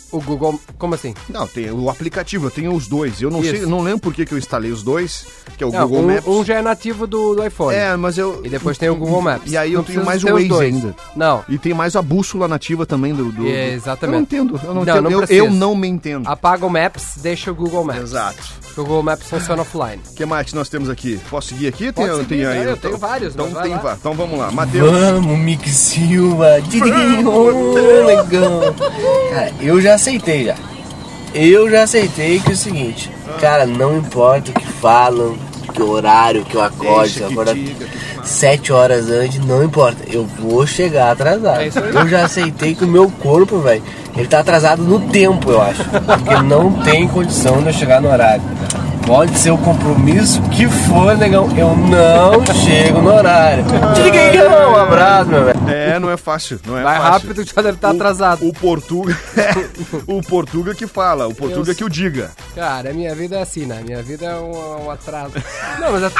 F: O O Google. Como assim?
E: Não, tem o aplicativo, eu tenho os dois. Eu não
F: Isso.
E: sei, não lembro por que, que eu instalei os dois, que é o
F: Não,
E: Google
F: um,
E: Maps.
F: um já é nativo do, do iPhone.
E: É, mas eu.
F: E depois tem o Google Maps.
E: E aí eu
F: Não
E: tenho
F: precisa
E: mais
F: ter
E: o
F: os
E: Waze
F: dois.
E: ainda.
F: Não.
E: E tem mais a bússola nativa também do. do-
F: É,
E: do-
F: exatamente.
E: Eu não entendo. Eu não,
F: Não,
E: entendo.
F: não
E: eu,
F: precisa.
E: eu não me entendo.
F: Apaga o Maps, deixa o Google Maps.
E: Exato.
F: Porque o Google Maps funciona offline.
E: O que mais que nós temos aqui? Posso seguir aqui?
F: Pode
E: Tem-
F: seguir,
E: tem aí.
F: é, eu tenho vários,
E: Então,
F: mas vai
E: tem
F: lá.
E: va- então vamos lá. Matheus.
L: Vamos, Mick Silva. Ô, Negão. Cara, eu já aceitei já. Eu já aceitei que é o seguinte, cara, não importa o que falam, que horário que eu acordo,
E: Deixa
L: se eu
E: que
L: acordar
E: diga, que
L: sete horas antes, não importa, eu vou chegar atrasado.
F: É isso aí.
L: eu já aceitei que o meu corpo, velho, ele tá atrasado no tempo, eu acho. Porque não tem condição de eu chegar no horário. Pode ser o compromisso que for, negão, eu não chego no horário. Tchau, um abraço, meu velho.
E: É, não é fácil. Não é
F: Vai
E: fácil.
F: rápido, já deve estar atrasado.
E: O Portuga. o Portuga que fala, o Portuga que o diga.
F: Cara, a minha vida é assim, né? Minha vida é um, um atraso. Não, mas até,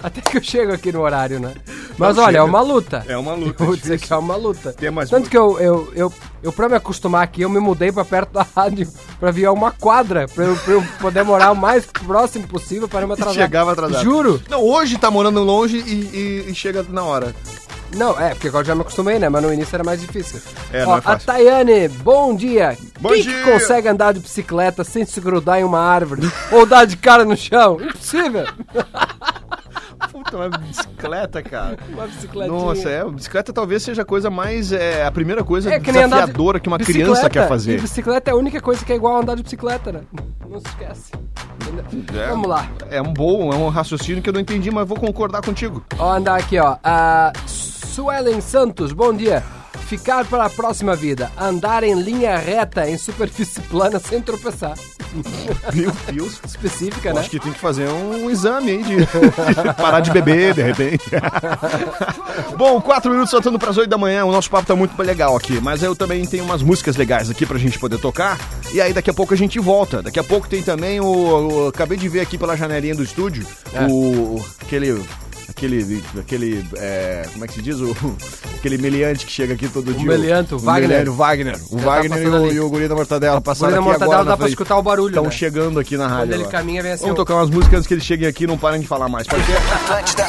F: até que eu chego aqui no horário, né? Mas
E: Não,
F: olha,
E: chega.
F: é uma luta.
E: É uma luta,
F: Eu Vou
E: é
F: dizer que é uma luta.
E: Tem mais
F: Tanto
E: luta.
F: que eu, eu, eu, eu, pra me acostumar aqui, eu me mudei pra perto da rádio pra vir a uma quadra, pra eu, pra eu poder morar o mais próximo possível pra não me atrasar.
E: Chegava atrasado.
F: Juro.
E: Não, hoje tá morando longe e, e- e chega na hora.
F: Não, é, porque agora já me acostumei, né? Mas no início era mais difícil.
E: É,
F: Ó,
E: não é
F: a
E: fácil.
F: Tayane, bom dia.
E: Bom
F: Quem
E: dia.
F: que consegue andar de bicicleta sem se grudar em uma árvore ou dar de cara no chão? Impossível.
E: Puta, uma bicicleta, cara.
F: Uma bicicletinha.
E: Nossa, é, bicicleta talvez seja a coisa mais. É, a primeira coisa
F: É que nem andar de-
E: desafiadora que uma
F: bicicleta,
E: criança quer
F: E
E: fazer.
F: bicicleta é a única coisa que é igual a andar de bicicleta, né? Não se esquece. Entendeu?
E: É.
F: Vamos lá.
E: É um bom, é um raciocínio que eu não entendi, mas vou concordar contigo.
F: Ó, andar aqui, ó. A Suelen Santos, bom dia. Ficar para a próxima vida. Andar em linha reta em superfície plana sem tropeçar.
E: Meu Deus.
F: Específica,
E: Eu
F: né?
E: Acho que tem que fazer um exame aí de, de parar de beber, de repente. Bom, quatro minutos saltando para as 8 da manhã, o nosso papo tá muito legal aqui, mas eu também tenho umas músicas legais aqui pra gente poder tocar. E aí daqui a pouco a gente volta. Daqui a pouco tem também o. o- acabei de ver aqui pela janelinha do estúdio
F: É.
E: o. aquele. Aquele. aquele. é, como é que se diz? O, aquele meliante que chega aqui todo dia.
F: meliante, o Wagner.
E: meliante, o Wagner. O
F: Já tá
E: Wagner e
F: passando
E: o,
F: ali.
E: e o Guri da Mortadela passaram
F: Guri da
E: aqui
F: Mortadela
E: agora.
F: dá pra escutar o barulho,
E: Estão
F: né?
E: chegando aqui na rádio.
F: ele
E: agora.
F: caminha, vem assim,
E: Vamos
F: ó.
E: tocar umas músicas antes que eles cheguem aqui e não parem de falar mais. Pode ser?
B: Atlântida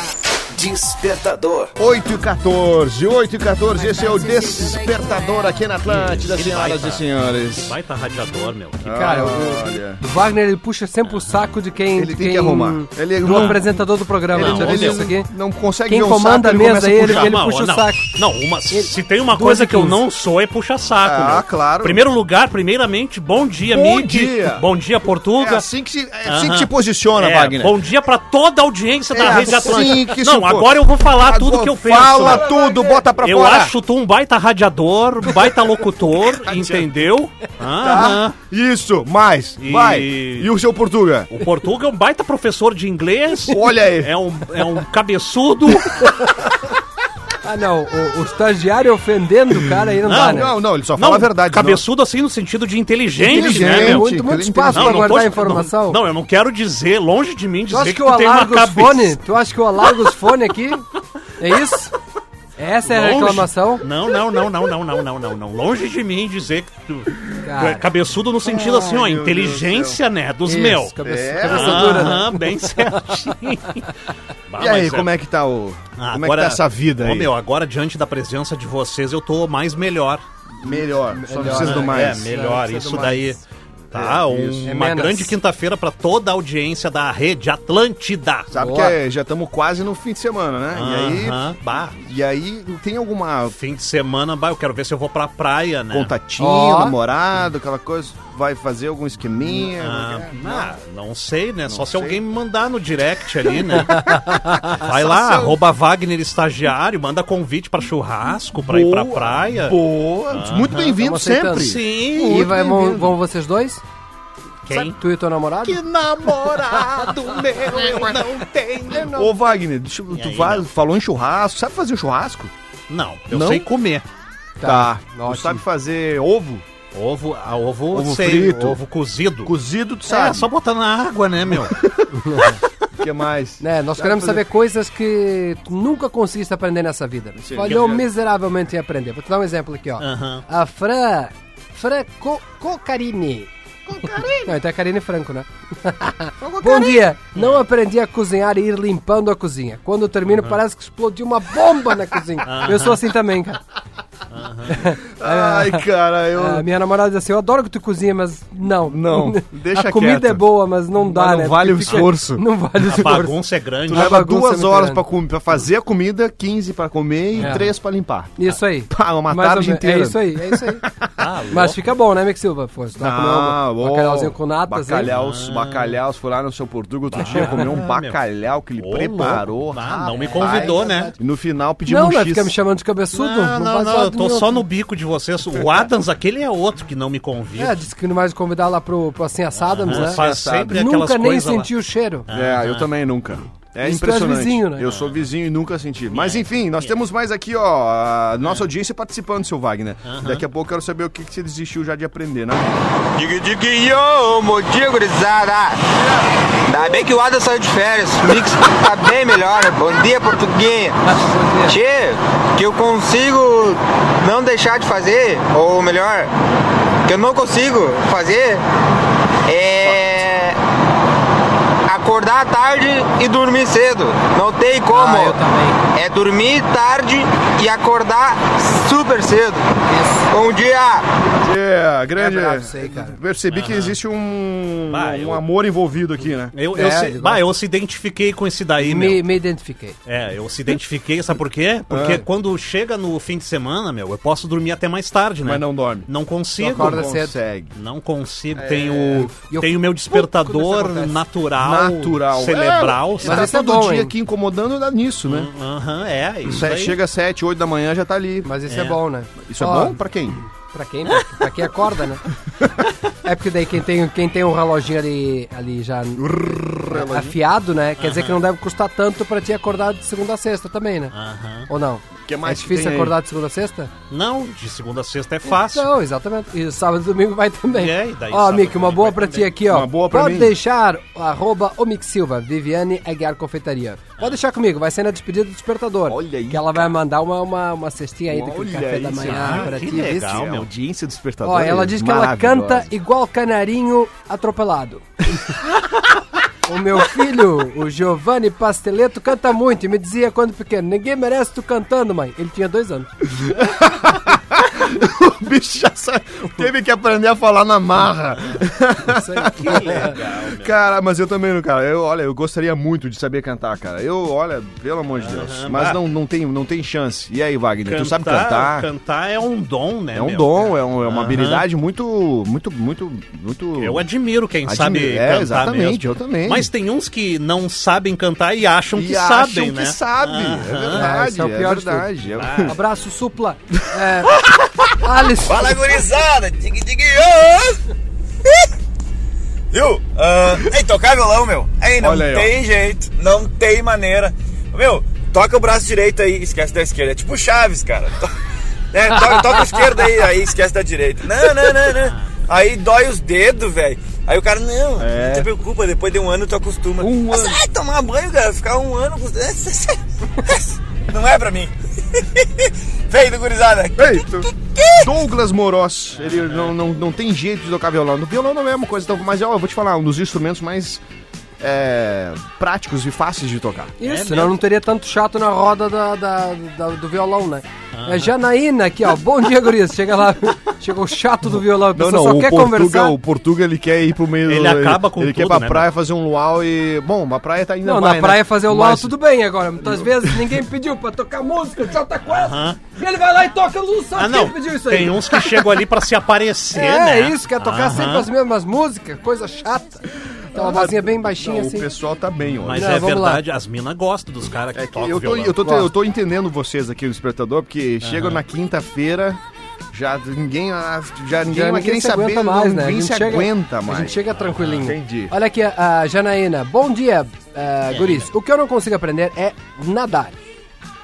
B: Despertador.
E: 8 e 14, 8 e 14, esse é o Despertador aqui na Atlântida, senhoras e senhores.
A: Baita radiador, meu. Que
F: Cara, o-
E: Olha.
F: o Wagner ele puxa sempre o saco de quem.
E: Ah. Ele
F: de
E: tem que
F: quem-
E: arrumar. Ele é
F: do
E: um-
F: apresentador do programa.
E: Ele,
F: Já
E: não,
F: viu
E: ele
F: isso aqui?
E: não consegue
F: Quem
E: ver um sapo,
F: comanda a mesa
E: começa
F: é ele,
E: puxar.
F: que ele puxa o
A: não,
F: saco.
A: Não, uma, se tem uma coisa que eu não sou é puxar saco.
E: Ah,
A: meu.
E: claro.
A: Primeiro lugar, primeiramente, bom dia,
E: Bom
A: Mick.
E: dia.
A: Bom dia, Portuga.
E: É assim que se, é assim que
A: Aham.
E: se posiciona,
A: É,
E: Wagner.
A: Bom dia pra toda a audiência da
E: É
A: Rede
E: assim
A: Atlântica.
E: que se
A: não,
E: for.
A: agora eu vou falar
E: Agora
A: tudo que eu penso. né?
E: Fala tudo, bota pra
A: Eu
E: fora.
A: acho tu um baita radiador, um baita locutor, entendeu?
E: Tá.
A: Ah, Aham.
E: Isso, mais,
A: E-
E: vai. E o seu Portuga?
A: O Portuga é um baita professor de inglês.
E: Olha aí.
A: É um, é um cabeçudo.
F: Ah, não. O, o estagiário ofendendo o cara aí não, dá, né?
E: Não, não, ele só fala a verdade. não.
A: Cabeçudo assim no sentido de inteligente,
E: Inteligente,
A: né, meu?
F: Muito, muito espaço
E: Não,
F: pra
A: tô-
F: guardar a informação.
A: Não, não, eu não quero dizer, longe de mim,
F: Tu
A: dizer
F: acha
A: que,
F: que eu
A: tu tem uma
F: alargo os
A: cabeça.
F: fones? Tu acha que eu alargo os fones aqui? É isso? Essa é a
A: Longe-
F: reclamação?
A: Não, não, não, não, não, não, não, não, não. Longe de mim dizer que tu, tu é
F: Cara.
A: cabeçudo no sentido assim, ó, inteligência, né, dos
F: Isso,
A: meus.
F: Cabeça,
E: É.
F: cabeça dura, né?
A: Aham, bem certinho.
E: E aí, como é que tá o...
A: Ah,
E: como é que tá essa vida aí?
A: Ô, meu, agora diante da presença de vocês eu tô mais melhor.
E: Melhor, só precisa do
A: Ah,
E: mais.
A: É, melhor,
F: Precisa
A: isso
F: do mais.
A: daí. Tá, um-
E: isso.
F: É
A: uma
F: menos.
A: grande quinta-feira pra toda a audiência da Rede Atlântida.
E: Sabe
F: Boa.
E: que é- já estamos quase no fim de semana, né?
A: Aham, bah,
E: E aí, e aí tem alguma
A: fim de semana, bah, eu quero ver se eu vou pra praia, né?
E: contatinho,
F: Ó.
E: namorado, aquela coisa? Vai fazer algum esqueminha?
A: Ah,
E: É,
A: ah, não sei, né? Só se
E: sei.
A: alguém me mandar no direct ali, né? Vai lá, arroba Wagner Estagiário, manda convite pra churrasco, pra ir pra
E: Boa,
A: praia.
E: Boa, muito bem-vindo
F: estamos aceitando.
E: sempre.
A: Sim,
F: E
E: Muito
F: vai- vão,
E: bem-vindo.
F: vão vocês dois?
A: quem?
F: Tu e teu namorado?
A: Que namorado meu, eu não tenho. Não,
E: Ô Wagner, deixa, eu-
A: E
E: tu
A: aí,
E: vai-
A: não?
E: falou em churrasco, sabe fazer churrasco?
A: não eu
E: Não?
A: sei comer.
E: Tá. Tu
F: ótimo.
E: sabe fazer ovo?
A: Ovo, a ovo,
E: Ovo
A: sei,
E: frito.
A: ovo cozido.
E: Cozido, tu
A: É,
E: sabe.
A: só botar na água, né, meu?
E: O que mais?
F: Né, nós
E: Sabe
F: queremos
E: fazer-
F: saber coisas que tu nunca conseguiste aprender nessa vida. Falhou
E: quer dizer-
F: miseravelmente em aprender. Vou te dar um exemplo aqui, ó.
A: Aham.
F: A Fran Franco Cocarini. Cocarini? Não, então é Carine Franco, né? Bom dia. Não
E: É.
F: aprendi a cozinhar e ir limpando a cozinha. Quando eu termino, parece que explodiu uma bomba na cozinha. Eu sou assim também, cara.
E: Ai, cara, eu.
F: A minha namorada diz assim: eu adoro que tu cozinha, mas não.
E: Não, deixa
F: A comida
E: quieto.
F: é boa, mas não dá,
E: Mas não
F: né?
E: vale
F: Porque
E: o esforço.
F: Não vale o
A: A
F: esforço.
A: bagunça é
E: Tu
A: grande.
F: A
E: leva
F: bagunça é
E: duas
F: muito
E: horas
F: grande.
E: pra, com- pra fazer a comida, 15 pra comer e
F: É.
E: 3 pra limpar.
F: Isso aí.
E: Pá, uma
F: Mais ou
E: tarde
F: menos.
E: inteira.
F: É isso aí, é isso aí.
A: Ah,
F: Mas fica bom, né, Mick Silva? Pô, você tá
E: Ah,
F: comendo
E: ó,
F: um bacalhauzinho com natas, hein?
E: bacalhaus, bacalhaus, fui lá no seu Portugal outro dia, comer um bacalhau que ele
A: Ô,
E: preparou.
A: louco. Ah, não me
E: rapaz.
A: convidou, né?
E: E no final pedimos
F: Não,
E: um
F: mas
E: X.
F: fica me chamando de cabeçudo.
A: Não, não,
F: faz
A: não,
F: nada
A: eu tô
F: nenhum.
A: só no bico de vocês. O Adams, aquele é outro que não me convida.
F: É, disse que não vai convidar lá pro, pro Assim Assadams,
A: Né?
F: né?
A: Faz sempre aquelas
F: Nunca nem
A: coisas lá.
F: senti o cheiro.
E: É, eu também nunca. É
F: Isso tu és
E: impressionante.
F: vizinho, né?
E: Eu sou vizinho e nunca senti. Mas enfim, nós temos mais aqui, ó, a nossa audiência participando, seu Wagner. Daqui a pouco eu quero saber o que, que você desistiu já de aprender, né?
M: Diga, diga, yo, motivo, gurizada. Ainda bem que o Adam saiu de férias. O mix tá bem melhor. Bom dia, Portuguinha. Tchê, que eu consigo não deixar de fazer, ou melhor, que eu não consigo fazer, é acordar tarde e dormir cedo. Não tem como.
F: Ah, eu também.
M: É dormir tarde e acordar super cedo. Bom dia.
E: É, grande.
F: É brabo isso aí, cara.
E: Percebi que existe um,
A: Bah,
E: um
A: eu-
E: amor envolvido aqui, né?
A: Eu, eu,
F: É,
A: se,
F: ele
A: bah,
F: gosta.
A: eu se identifiquei com esse daí,
F: Me,
A: meu.
F: me identifiquei.
A: É, eu se identifiquei, sabe por quê? Porque
E: Ah.
A: quando chega no fim de semana, meu, eu posso dormir até mais tarde, né?
E: Mas não É, dorme.
A: Não consigo.
F: Não acorda cedo.
E: Consegue.
A: Não consigo. Tenho
F: E eu-
A: tenho meu
F: Quando isso
A: despertador
F: acontece.
A: natural,
E: Natural.
A: cerebral.
E: Mas tá
A: sabe?
F: esse é
E: todo
F: bom,
E: dia
F: hein?
E: aqui incomodando dá nisso, né?
A: Aham, é, isso
E: Sete-
A: aí.
E: chega às 7, 8 da manhã já tá ali.
F: Mas isso é,
A: É.
F: bom, né?
E: Isso
F: Ó,
E: é bom pra quem?
F: Pra quem? Pra, pra quem acorda, né? É porque daí quem tem, quem tem um reloginho ali, ali já afiado, né? Quer dizer que não deve custar tanto pra ti acordar de segunda a sexta também,
A: Ah,
F: né?
A: Aham.
F: Ou não?
E: Que mais
F: é
E: que
F: difícil
E: tem aí?
F: acordar de segunda a sexta?
A: Não, de segunda a sexta é fácil.
E: Então,
F: Não, exatamente. E sábado e domingo vai também.
A: É, e daí
F: Ó,
A: sábado
F: Mick,
A: e
F: uma
A: domingo
F: boa
A: vai
F: pra ti
A: também.
F: aqui, ó.
E: Uma boa pra
F: Pode
E: mim.
F: deixar, arroba o Mick Silva, Viviane Aguiar Confeitaria. Pode deixar comigo, vai ser na despedida do despertador.
E: Olha aí,
F: Que ela vai mandar uma, uma, uma cestinha aí do
E: Olha
F: café da
E: isso,
F: manhã
E: ah,
F: pra
A: que
F: ti. viste?
A: legal,
E: É,
A: meu.
E: audiência despertadora. é
F: Ó, ela diz que ela canta igual canarinho atropelado. o meu filho, o Giovanni Pasteleto, canta muito e me dizia quando pequeno, ninguém merece tu cantando, mãe. Ele tinha dois anos.
E: O bicho já sa- teve que aprender a falar na marra.
F: Isso aí.
E: Cara, mas eu também não, cara. Eu, olha, eu gostaria muito de saber cantar, cara. Eu, olha, pelo amor de Deus. Mas
A: bah.
E: não, não, tem, não tem chance. E aí, Wagner, tu sabe cantar?
A: Cantar é um dom, né?
E: É um
A: meu?
E: dom, é, um- é uma
A: Aham. É
E: habilidade muito, muito, muito, muito...
A: Eu admiro quem
E: Admiro.
A: sabe
E: É,
A: cantar
E: exatamente,
A: mesmo.
E: eu também.
A: Mas tem uns que não sabem cantar e acham
E: E
A: que
E: acham
A: sabem,
E: que
A: né?
E: sabe. É
F: É,
E: verdade,
F: isso
E: é,
F: é o pior de tudo.
E: verdade. Eu-
F: Abraço, supla. É, Alisson.
M: Fala gurizada, dig dig yo. Viu? Ah, ei, tocar violão, meu. Ei, não
E: Olha aí, ó.
M: tem jeito, não tem maneira. Meu, toca o braço direito aí, esquece da esquerda. É tipo Chaves, cara. To- É, to- toca o esquerdo aí, aí esquece da direita. Não, não, não, não. Aí dói os dedos, velho. Aí o cara, não, não te preocupa, depois de um ano tu acostuma.
E: É. Um
M: Mas,
E: ano.
M: Ai, tomar banho, cara, ficar um ano. com- Não é pra mim. Feito, gurizada.
A: Ah.
E: Ei, tu- Douglas Moroz, ele não, não, não tem jeito de tocar violão. No violão não é a mesma coisa, então, mas ó, eu vou te falar, um dos instrumentos mais é, práticos e fáceis de tocar.
A: É
F: Isso, senão não teria tanto chato na roda da, da- da- do violão, né?
A: Ah.
F: É Janaína aqui, ó. Bom dia, Gurias. Chega lá. Chegou o chato do violão. A pessoa só quer conversar.
E: o Portuga ele quer ir pro meio
A: Ele acaba com
E: Ele quer ir
A: tudo,
E: pra
A: né,
E: praia fazer um luau e. Bom, a praia tá ainda
F: Não,
E: vai,
F: na
E: né?
F: praia fazer o luau
E: Mas-
F: tudo bem agora. Muitas vezes ninguém pediu pra tocar música, só tá com essa. E ele vai lá e toca, eu não sabe
A: Ah,
F: quem
A: não.
F: pediu isso aí.
A: Tem uns que chegam ali pra se aparecer,
F: é,
A: né?
F: isso, quer tocar
A: Aham. Ah,
F: sempre as mesmas músicas, coisa chata. Então uma vozinha bem baixinha
E: Não,
F: assim.
E: O pessoal tá bem, ó.
A: Mas
F: Não,
A: é
F: vamos lá.
A: verdade, as minas gostam dos caras que,
E: É que
A: tocam
E: eu, tô,
A: violão.
E: eu, tô,
F: Gosto.
E: eu tô entendendo vocês aqui no Despertador, porque chegam na quinta-feira, já ninguém, ah, já ninguém vai querer saber, ninguém se
F: né? chega-
E: aguenta
F: A gente
E: mais. Ah,
F: chega tranquilinho.
E: Entendi.
F: Olha aqui, a Janaína. Bom dia, eh, ah, guris. O que eu não consigo aprender é nadar.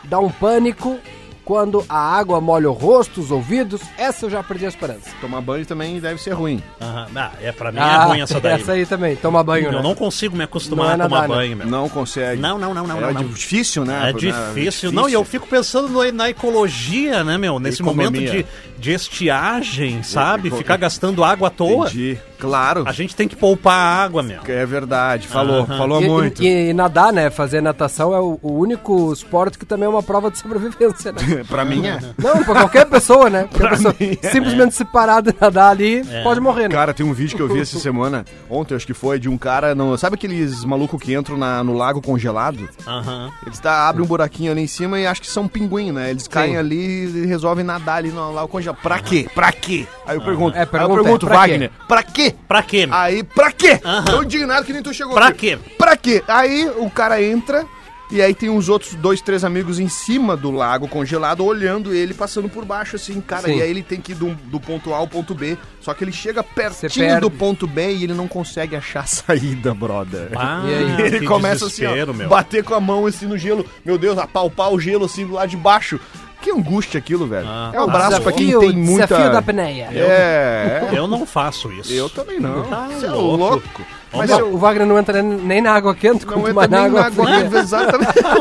F: Dá um pânico Quando a água molha o rosto, os ouvidos, essa eu já perdi a esperança.
E: Tomar banho também deve ser ruim.
A: Ah, é, pra mim
F: Ah,
A: é ruim essa daí.
F: essa aí também, tomar banho,
A: Eu
F: né?
A: não consigo me acostumar
F: Não é
A: a tomar
F: nadar, né?
A: banho, meu.
E: Não consegue.
A: Não, não, não, não.
E: É
A: não, não.
E: difícil, né?
A: É difícil. Não, e eu fico pensando no- na ecologia, né, meu? Nesse
E: Economia.
A: momento de, de estiagem, sabe? Ficar gastando água à toa.
E: Entendi. Claro.
A: A gente tem que poupar água, meu.
E: É verdade, falou,
A: Aham.
E: falou
F: E- e-
E: muito.
F: E, e nadar, né? Fazer natação é o, o único esporte que também é uma prova de sobrevivência, né?
E: pra mim é.
F: Não, pra qualquer pessoa, né? Porque a pessoa simplesmente se parar de nadar ali,
A: É.
F: pode morrer, né?
E: Cara, tem um vídeo que eu vi essa semana, ontem acho que foi, de um cara. No, sabe aqueles malucos que entram na- no lago congelado?
A: Aham.
E: Eles tá, abrem um buraquinho ali em cima e acho que são pinguim, né? Eles caem
A: Sim.
E: ali e resolvem nadar ali no lago congelado. Pra quê? Pra quê? Aí eu pergunto,
F: É,
E: aí eu
F: pergunta é,
E: pergunto,
F: pra quê?
E: Wagner, pra quê?
A: Pra quê? meu?
E: Aí, pra quê?
A: Aham.
E: Tô indignado que nem tu chegou
A: Pra
E: aqui.
A: quê?
E: Pra quê? Aí o cara entra e aí tem uns outros dois, três amigos em cima do lago congelado, olhando ele, passando por baixo, assim, cara.
F: Sim.
E: E aí ele tem que ir do, do ponto A ao ponto B. Só que ele chega pertinho
F: perde.
E: do ponto B e ele não consegue achar a saída, brother.
A: Ah,
F: E aí?
E: E ele
A: que
E: começa assim, ó,
A: desespero, meu.
E: bater com a mão assim no gelo. Meu Deus, apalpar o gelo assim do lado de baixo. Que angústia aquilo, velho.
A: Ah.
E: é um
A: Ah,
E: braço pra quem
F: desafio-
E: tem muita...
F: Desafio da apneia.
E: É, é.
A: Eu não faço isso.
E: Eu também não.
A: Tá
E: Você é
A: louco.
E: louco.
A: Ó,
E: Mas
A: meu,
E: eu-
F: O Wagner não entra nem na água quente,
E: Não
F: quanto
E: entra
F: mais na
E: nem
F: água,
E: na água
F: fria.
E: viva, exatamente. Tá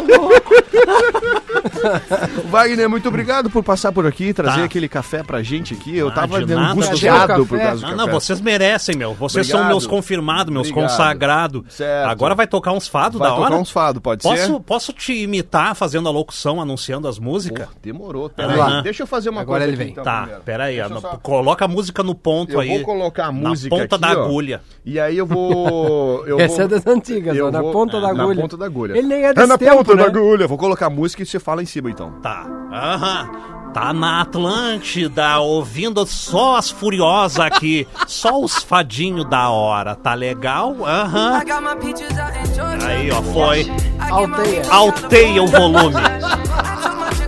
E: Wagner, muito obrigado por passar por aqui e trazer
A: Tá.
E: aquele café pra gente aqui. Eu
A: Ah,
E: tava
A: de nada,
E: angustiado
F: doutor.
E: por causa do
A: Ah,
E: café.
A: não, vocês merecem, meu. Vocês são
E: Obrigado.
A: meus confirmados, meus
E: Obrigado.
A: consagrados.
E: Certo.
A: Agora vai tocar uns fados
E: Vai
A: da
E: tocar
A: hora.
E: uns fado, pode
A: posso,
E: ser?
A: posso te imitar fazendo a locução, anunciando as músicas?
E: Demorou,
A: Vamos lá.
E: peraí. Deixa eu fazer uma
F: Agora
E: coisa
F: ele
E: aqui,
F: vem.
E: então,
A: né? tá,
E: primeiro.
A: peraí.
E: Deixa
A: ó,
E: eu só-
A: Coloca a música no ponto
E: Eu
A: aí.
E: vou colocar a música
A: Na ponta
E: aqui,
A: da
E: ó.
A: agulha.
E: E aí eu vou... Eu
F: Essa
E: vou...
F: é das antigas,
E: eu
F: ó, na
E: vou- É,
F: ponta da agulha.
E: Na ponta da agulha.
F: Ele nem é desse
E: na
F: tempo,
E: ponta da
F: né?
E: agulha. Vou colocar a música e você fala em cima, então.
A: Tá. Aham. Tá na Atlântida, ouvindo só as furiosas aqui. só os fadinhos da hora. Tá legal? Aham. Aí, ó, foi.
F: Alteia.
A: Alteia o volume.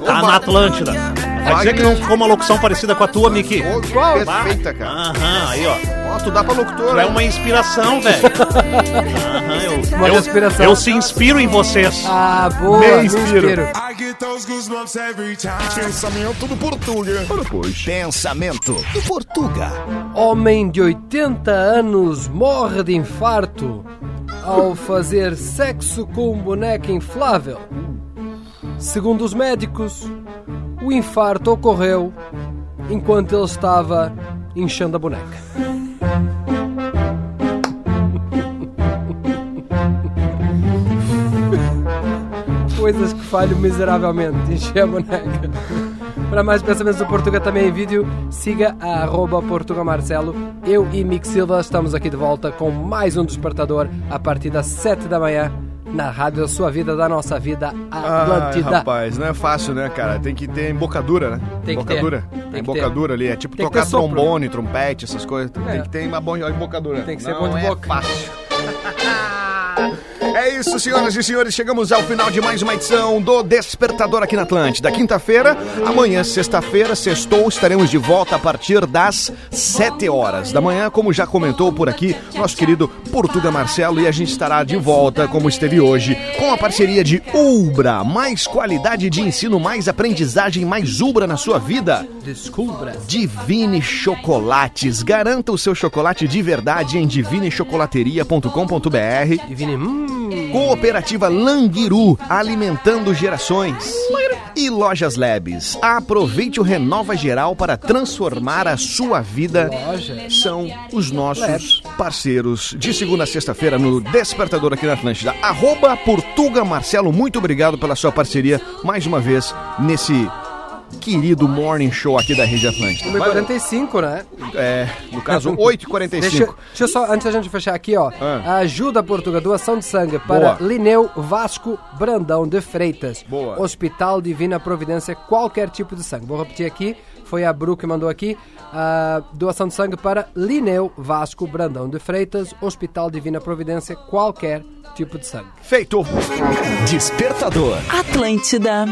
A: Tá na Atlântida. Vai dizer que não ficou uma locução parecida com a tua, Miki?
E: Ô, Perfeita, cara.
A: Aham, aí, ó.
E: Ó, tu dá pra
A: Tu
E: locutor.
A: é uma inspiração, velho. Aham, eu-
F: Uma
A: eu,
F: inspiração.
A: eu se inspiro em vocês.
F: Ah, boa,
E: Me
F: me
E: inspiro.
F: inspiro.
B: Pensamento do Portuga. Pensamento do Portuga.
F: Homem de 80 anos morre de infarto ao fazer sexo com boneca inflável. Segundo os médicos, o infarto ocorreu enquanto ele estava inchando a boneca. Coisas que falho miseravelmente, encher a boneca. Para mais pensamentos do Portuga também em vídeo, siga a arroba Portuga Marcelo. Eu e Mick Silva estamos aqui de volta com mais um Despertador a partir das 7 da manhã na rádio da sua vida, da nossa vida,
E: Ai,
F: Atlântida.
E: rapaz, não é fácil, né, cara? Tem que ter embocadura, né?
F: Tem que ter.
E: embocadura.
F: Tem que
E: A
F: ter.
E: embocadura ali. É tipo
F: Tem que
E: tocar
F: ter sopro.
E: trombone, trompete, essas coisas. Tem que ter uma boa embocadura.
F: É. Tem que ser
E: Não
F: bom de
E: é
F: boca.
E: fácil. É isso, senhoras e senhores. Chegamos ao final de mais uma edição do Despertador aqui na Atlântida. Quinta-feira, amanhã, sexta-feira, sextou, estaremos de volta a partir das 7 horas da manhã, como já comentou por aqui nosso querido Portuga Marcelo. E a gente estará de volta, como esteve hoje, com a parceria de Ubra. Mais qualidade de ensino, mais aprendizagem, mais Ubra na sua vida.
F: Descubra.
E: Divine Chocolates. Garanta o seu chocolate de verdade em divinechocolateria.com.br.
F: E Vini, hum,
E: Cooperativa Languiru, alimentando gerações. E Lojas Labs, aproveite o Renova Geral para transformar a sua vida.
F: Lojas.
E: São os nossos parceiros de segunda a sexta-feira no Despertador aqui na Atlântida. Arroba Portuga Marcelo, muito obrigado pela sua parceria mais uma vez nesse querido morning show aqui da Rede Atlântida.
F: 45, né?
E: É, no caso, 8h45.
F: Deixa, deixa eu só, antes da gente fechar aqui, ó.
E: Ah.
F: Ajuda Portuga, doação de sangue para
E: Boa.
F: Lineu Vasco Brandão de Freitas.
E: Boa.
F: Hospital Divina Providência, qualquer tipo de sangue. Vou repetir aqui, foi a Bru que mandou aqui. ah, doação de sangue para Lineu Vasco Brandão de Freitas, Hospital Divina Providência, qualquer tipo de sangue.
E: Feito!
B: Despertador.
N: Atlântida.